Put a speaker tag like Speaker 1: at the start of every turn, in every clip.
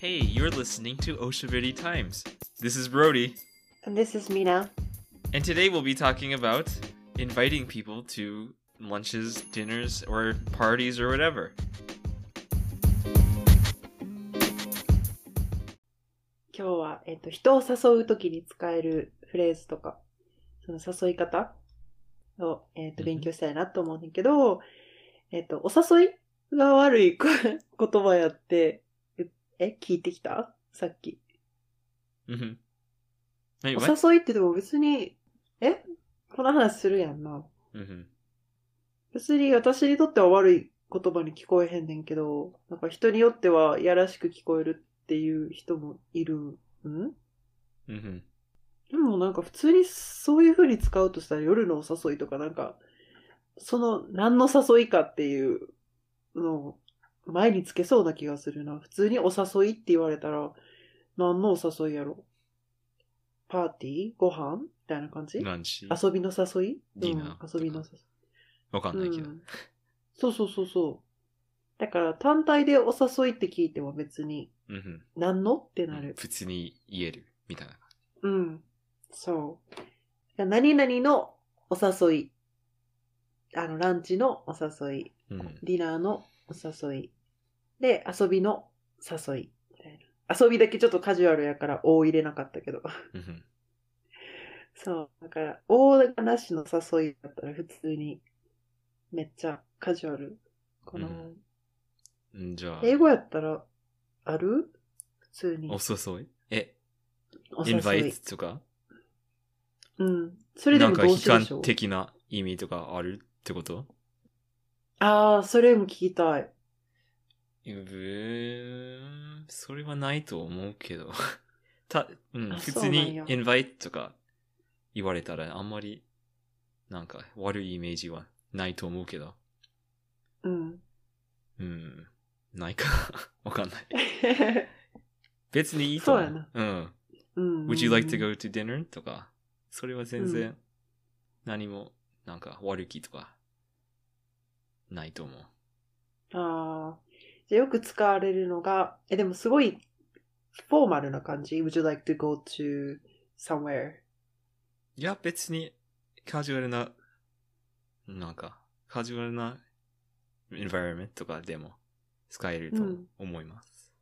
Speaker 1: Hey, you're listening to Oshaviri Times. This is Brody,
Speaker 2: And this is Mina.
Speaker 1: and today we'll be talking about inviting people to lunches, dinners, or parties or whatever.
Speaker 2: 今日は、えっと、人を誘うときに使えるフレーズとか、その誘い方を、えっ
Speaker 1: う
Speaker 2: と、
Speaker 1: ん
Speaker 2: 勉強したいなと思うんだけど、えっと、お誘いが悪いこ言葉やって、ええ、聞いてきたさっき。
Speaker 1: Mm-hmm. Wait,
Speaker 2: お
Speaker 1: what?
Speaker 2: 誘いってでも別に、えこの話するやんな。
Speaker 1: Mm-hmm.
Speaker 2: 別に私にとっては悪い言葉に聞こえへんねんけど、なんか人によってはやらしく聞こえるっていう人もいるん
Speaker 1: Mm-hmm.
Speaker 2: でもなんか普通にそういう風に使うとしたら夜のお誘いとかなんか、その何の誘いかっていうのを前につけそうな気がするな。普通にお誘いって言われたら何のお誘いやろパーティーご飯みたいな感じ遊
Speaker 1: Lunch.
Speaker 2: びの誘い
Speaker 1: ディナー
Speaker 2: うん遊びの誘い。
Speaker 1: わかんないけど。
Speaker 2: うんそうそうそうそう。だから単体でお誘いって聞いても別に
Speaker 1: Mm-hmm.
Speaker 2: 何のってなる。うん。そう。何々のお誘い。あの、ランチのお誘い。
Speaker 1: Mm-hmm.
Speaker 2: ディナーのお誘い。で、遊びの誘い。みたいな遊びだけちょっとカジュアルやから、おを入れなかったけど。
Speaker 1: Mm-hmm.
Speaker 2: そう。だから、おがなしの誘いだったら普通に、めっちゃカジュアルかな。
Speaker 1: うん Mm,
Speaker 2: 英語やったら、ある普通に。
Speaker 1: うん。じゃあ、お誘いえ、インバイトとか
Speaker 2: お誘い。うん。それでも動詞でしょ。
Speaker 1: なんか悲観的な意味とかあるってこと
Speaker 2: ああ、それも聞きたい。
Speaker 1: うーん、それはないと思うけど。 た、うん、
Speaker 2: あ
Speaker 1: 普通
Speaker 2: そうなん
Speaker 1: に
Speaker 2: や
Speaker 1: インバイトとか言われたらあんまり、なんか悪いイメージはないと思うけど。
Speaker 2: うん。
Speaker 1: うん、ないか。 わかんない。別にいいと
Speaker 2: そうや
Speaker 1: 思う。うん。
Speaker 2: うん。
Speaker 1: Would you like to go to dinner? とか、それは全然何も、なんか悪気とか、ないと思う。
Speaker 2: ああ。じゃあよく使われるのが、え、でもすごいフォーマルな感じ。Would you like to go to somewhere?
Speaker 1: いや、別に、カジュアルな、なんか、カジュアルな、エンバイロメントとかでも使えると
Speaker 2: うん
Speaker 1: 思います。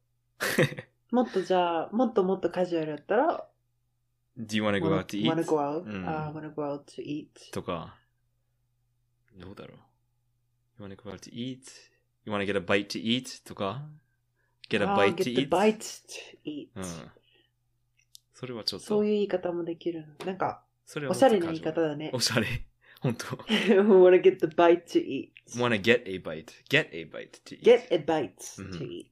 Speaker 2: もっとじゃあ、もっともっとカジュアルやったら、
Speaker 1: Do you wanna go out to
Speaker 2: wanna go
Speaker 1: eat?
Speaker 2: out?
Speaker 1: うん
Speaker 2: ああ、wanna go out to eat?
Speaker 1: とか、どうだろう ?You wanna go out to eat?You wanna get a bite to eat? とか、get a
Speaker 2: ああ
Speaker 1: bite to
Speaker 2: get the
Speaker 1: eat?
Speaker 2: bite to eat.
Speaker 1: うん。それはちょっと、
Speaker 2: そういう言い方もできるの。なんか、
Speaker 1: それはも
Speaker 2: お
Speaker 1: っ
Speaker 2: し
Speaker 1: と
Speaker 2: ゃれな言い
Speaker 1: カジ
Speaker 2: 方
Speaker 1: ュアル
Speaker 2: だね
Speaker 1: お。しゃれ。本当
Speaker 2: wanna get the bite to eat.
Speaker 1: wanna get a bite. Get a bite to eat.
Speaker 2: get a bite
Speaker 1: うん
Speaker 2: to eat.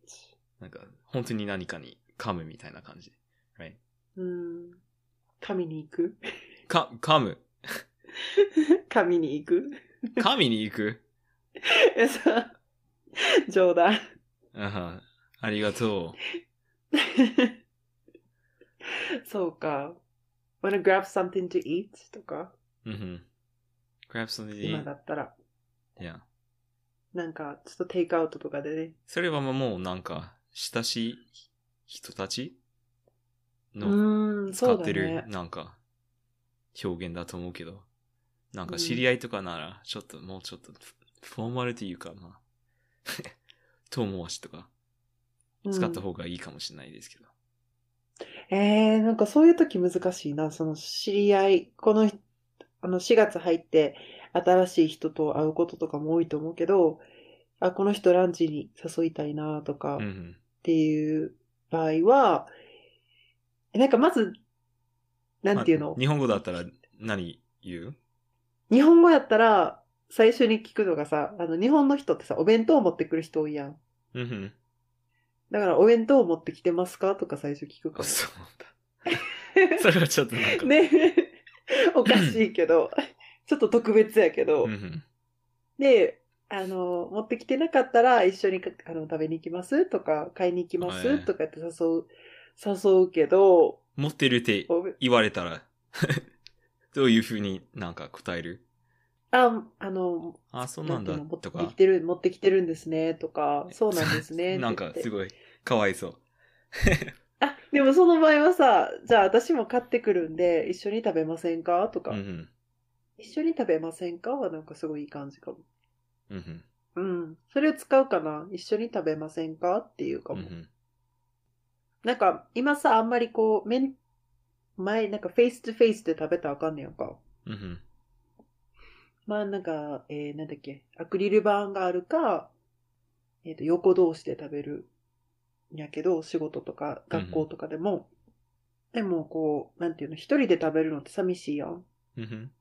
Speaker 1: なんか、本当に何かに噛むみたいな感じ。Right?
Speaker 2: うん。神に行く
Speaker 1: か、噛む。
Speaker 2: 神に行く
Speaker 1: 噛みに行く。
Speaker 2: え、さ、冗談。
Speaker 1: あはありがと
Speaker 2: そうか。wanna grab something to eat? とか、
Speaker 1: う。うん。grab something to
Speaker 2: 今だ
Speaker 1: eat.
Speaker 2: ったら、
Speaker 1: いや。
Speaker 2: なんか、ちょっとテイクアウトとかでね。
Speaker 1: それはまあもうなんか、親しい人たち
Speaker 2: う
Speaker 1: の
Speaker 2: ーん、
Speaker 1: 使
Speaker 2: そう
Speaker 1: っ
Speaker 2: だ
Speaker 1: てる
Speaker 2: ね。
Speaker 1: なんか、表現だと思うけど。なん
Speaker 2: う
Speaker 1: か
Speaker 2: ん
Speaker 1: 知り合いとかなら、ちょっともうちょっとフ、フォーマルというか、まあ、 遠回しとか使った方がいいかもしれないですけど。
Speaker 2: うんえー、なんかそういう時難しいな。その知り合い、この、あの4月入って新しい人と会うこととかも多いと思うけど、あ、この人ランチに誘いたいなとか、
Speaker 1: うん
Speaker 2: っていう場合は、なんかまず、
Speaker 1: う
Speaker 2: なんていうの、
Speaker 1: まあ日本語だったら何言う
Speaker 2: 日本語やったら、最初に聞くのがさ、あの、日本の人ってさ、お弁当を持ってくる人多いやん。
Speaker 1: うんうん。
Speaker 2: だから、お弁当を持ってきてますかとか最初聞くか
Speaker 1: あ、
Speaker 2: ら。
Speaker 1: そうなんだ。それはちょっとなんか。
Speaker 2: ね。 おかしい けど、ちょっと特別やけど。
Speaker 1: うんうん。
Speaker 2: で、あの、持ってきてなかったら、一緒にかあの食べに行きますとか、買いに行きま
Speaker 1: は
Speaker 2: す
Speaker 1: い
Speaker 2: とかって誘う、誘うけど、
Speaker 1: 持ってるって
Speaker 2: おべ
Speaker 1: 言われたら、 どういうふうになんか答える
Speaker 2: あ、あの、
Speaker 1: あ、そうなんだ
Speaker 2: ていう
Speaker 1: と
Speaker 2: の持って
Speaker 1: か
Speaker 2: き。てる、持ってきてるんですね、とか、そうなんです ね。
Speaker 1: なんかす
Speaker 2: い。
Speaker 1: ごいかわいそう。
Speaker 2: あ、でもその場合はさ、じゃあ私も買ってくるんで、一緒に食べませんかとか、
Speaker 1: うんうん。
Speaker 2: 一緒に食べませんかはなんかすごいいい感じかも。
Speaker 1: うんうん。
Speaker 2: うん。それを使うかな一緒に食べませんかっていうか
Speaker 1: うん
Speaker 2: も。
Speaker 1: うん。
Speaker 2: なんか、今さ、あんまりこう、面、前、なんかフェイスとフェイスで食べたらあかんねやんか。
Speaker 1: うんうん。
Speaker 2: まあなんか、えー、なんだっけ、アクリル板があるか、えっ、と、横同士で食べるんやけど、仕事とか
Speaker 1: うんうん
Speaker 2: 学校とかでも、でもこう、なんていうの、一人で食べるのって寂しいやん。
Speaker 1: うんうん。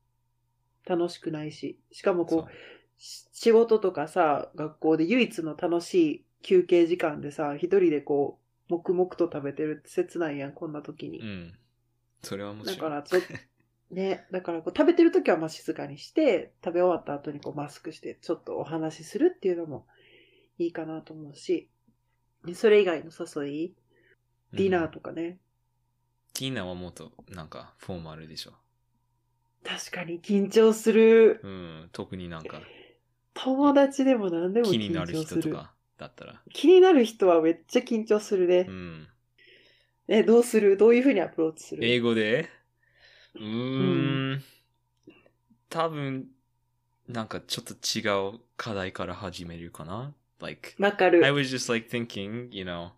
Speaker 2: 楽しくないし。しかも
Speaker 1: そ
Speaker 2: こ
Speaker 1: う
Speaker 2: う、し仕事とかさ、学校で唯一の楽しい休憩時間でさ、一人でこう、黙々と食べてるって切ないやん、こんな時に。
Speaker 1: うん。それはも
Speaker 2: だ
Speaker 1: ち
Speaker 2: か
Speaker 1: ろん。
Speaker 2: ら ちょっと、ね、だからこう食べてる時はまあ静かにして、食べ終わった後にこうマスクして、ちょっとお話しするっていうのもいいかなと思うし、でそれ以外の誘い、ディナー
Speaker 1: と。
Speaker 2: とかね、
Speaker 1: ディナーはもっと、なんか、フォーマルでしょ。
Speaker 2: 確かに緊張する。
Speaker 1: うん。特になんか、
Speaker 2: 友達でも何でも緊張す
Speaker 1: 気
Speaker 2: る。
Speaker 1: になる人と。かだったら。
Speaker 2: 気になる人はめっちゃ緊張するね
Speaker 1: う。ん。
Speaker 2: え、どうするどういうふうにアプローチする
Speaker 1: 英語でうーん。多分、なんかちょっと違う課題から始めるかな ?like,
Speaker 2: わか
Speaker 1: I
Speaker 2: る。
Speaker 1: was just like thinking, you know,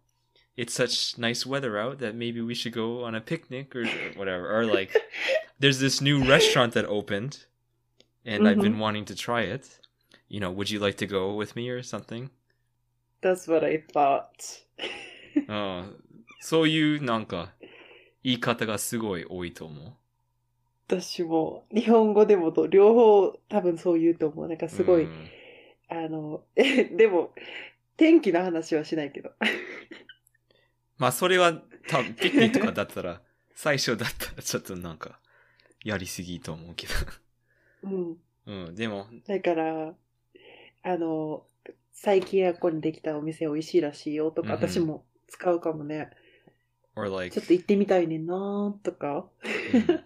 Speaker 1: it's such nice weather out that maybe we should go on a picnic or whatever. Or like, there's this new restaurant that opened and I've
Speaker 2: Mm-hmm.
Speaker 1: been wanting to try it. You know, would you like to go with me or something?
Speaker 2: That's what I thought.
Speaker 1: うんそういう Uh, なんか 言い方がすごい多いと思う。
Speaker 2: 私も、日本語でもと、両方多分そう言うと思う。なんかすごい、
Speaker 1: うん
Speaker 2: あの、 え、でも、天気の話はしないけど。
Speaker 1: まあそれは多分ピッニーとかだったら最初だったらちょっとなんかやりすぎと思うけ
Speaker 2: うん。
Speaker 1: ど。うん、でも、
Speaker 2: だから、あの、最近はここにできたお店美味しいらしいよとか、
Speaker 1: うんうん
Speaker 2: 私も使うかもね。
Speaker 1: or like,
Speaker 2: ちょっと行ってみたいねんなーとか。
Speaker 1: うん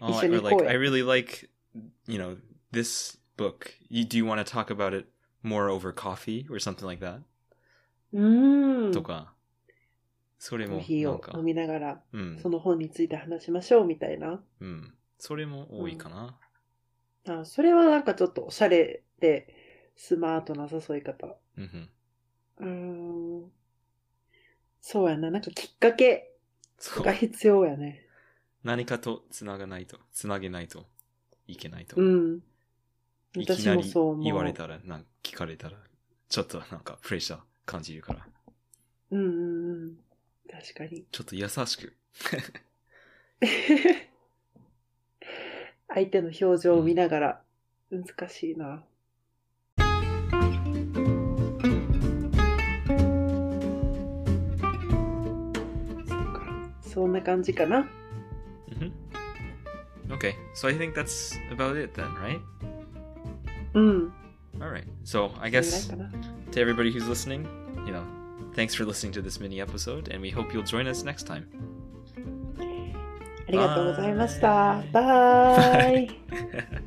Speaker 1: Oh,
Speaker 2: 一緒に
Speaker 1: or
Speaker 2: 行
Speaker 1: like,
Speaker 2: こうよ
Speaker 1: I really like, you know, this book. You, do you want to talk about it more over coffee or something like that?
Speaker 2: うーん。
Speaker 1: とか、それ
Speaker 2: コー
Speaker 1: も
Speaker 2: ヒ
Speaker 1: な
Speaker 2: ー
Speaker 1: ん
Speaker 2: を
Speaker 1: か
Speaker 2: 飲、みながら、
Speaker 1: うん
Speaker 2: そ、の本について話しましょうみたいな。
Speaker 1: うん。それも多いかな。
Speaker 2: あそれはなんかちょっとおしゃれで、スマートな誘い方。
Speaker 1: うんうん。
Speaker 2: うーん。そうやな。なんかきっかけ
Speaker 1: そう
Speaker 2: が。必要やね。
Speaker 1: 何かとつながないと、つなげないといけないと。
Speaker 2: うん。
Speaker 1: いき
Speaker 2: 私
Speaker 1: な
Speaker 2: も
Speaker 1: り
Speaker 2: そう思う。
Speaker 1: 言われたら、なんか聞かれたら、ちょっとなんかプレッシャー感じるから、
Speaker 2: うんうんうん。確かに。
Speaker 1: ちょっと優しく。
Speaker 2: 相手の表情を見ながら、難しいな。そっかそんな感じかな。
Speaker 1: Mhm. Mm-hmm. Okay, so I think that's about it then, right?
Speaker 2: うん。
Speaker 1: All right. So I
Speaker 2: そ
Speaker 1: guess
Speaker 2: れぐらいかな
Speaker 1: to everybody who's listening, you know, thanks for listening to this mini episode, and we hope you'll join us next time.
Speaker 2: ありがとうございました。
Speaker 1: バ
Speaker 2: バイ。
Speaker 1: イ